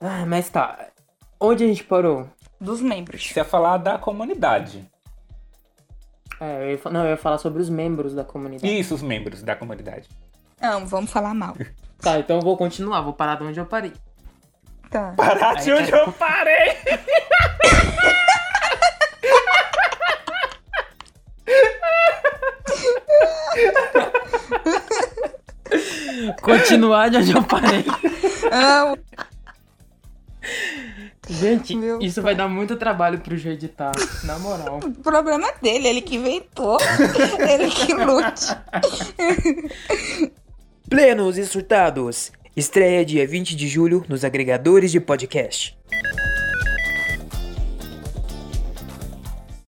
Ah, mas tá. Onde a gente parou? Dos membros. Você ia falar da comunidade. É, eu ia, fa- não, eu ia falar sobre os membros da comunidade. Isso, os membros da comunidade. Não, vamos falar mal. Tá, então eu vou continuar, vou parar de onde eu parei. Tá. Parar de onde eu parei! Continuar de onde eu parei. Ah, o- Gente, Meu isso vai dar muito trabalho pro Ju editar, na moral. o problema é dele, ele que inventou. ele que lute. Plenos e Surtados. Estreia dia 20 de julho nos agregadores de podcast.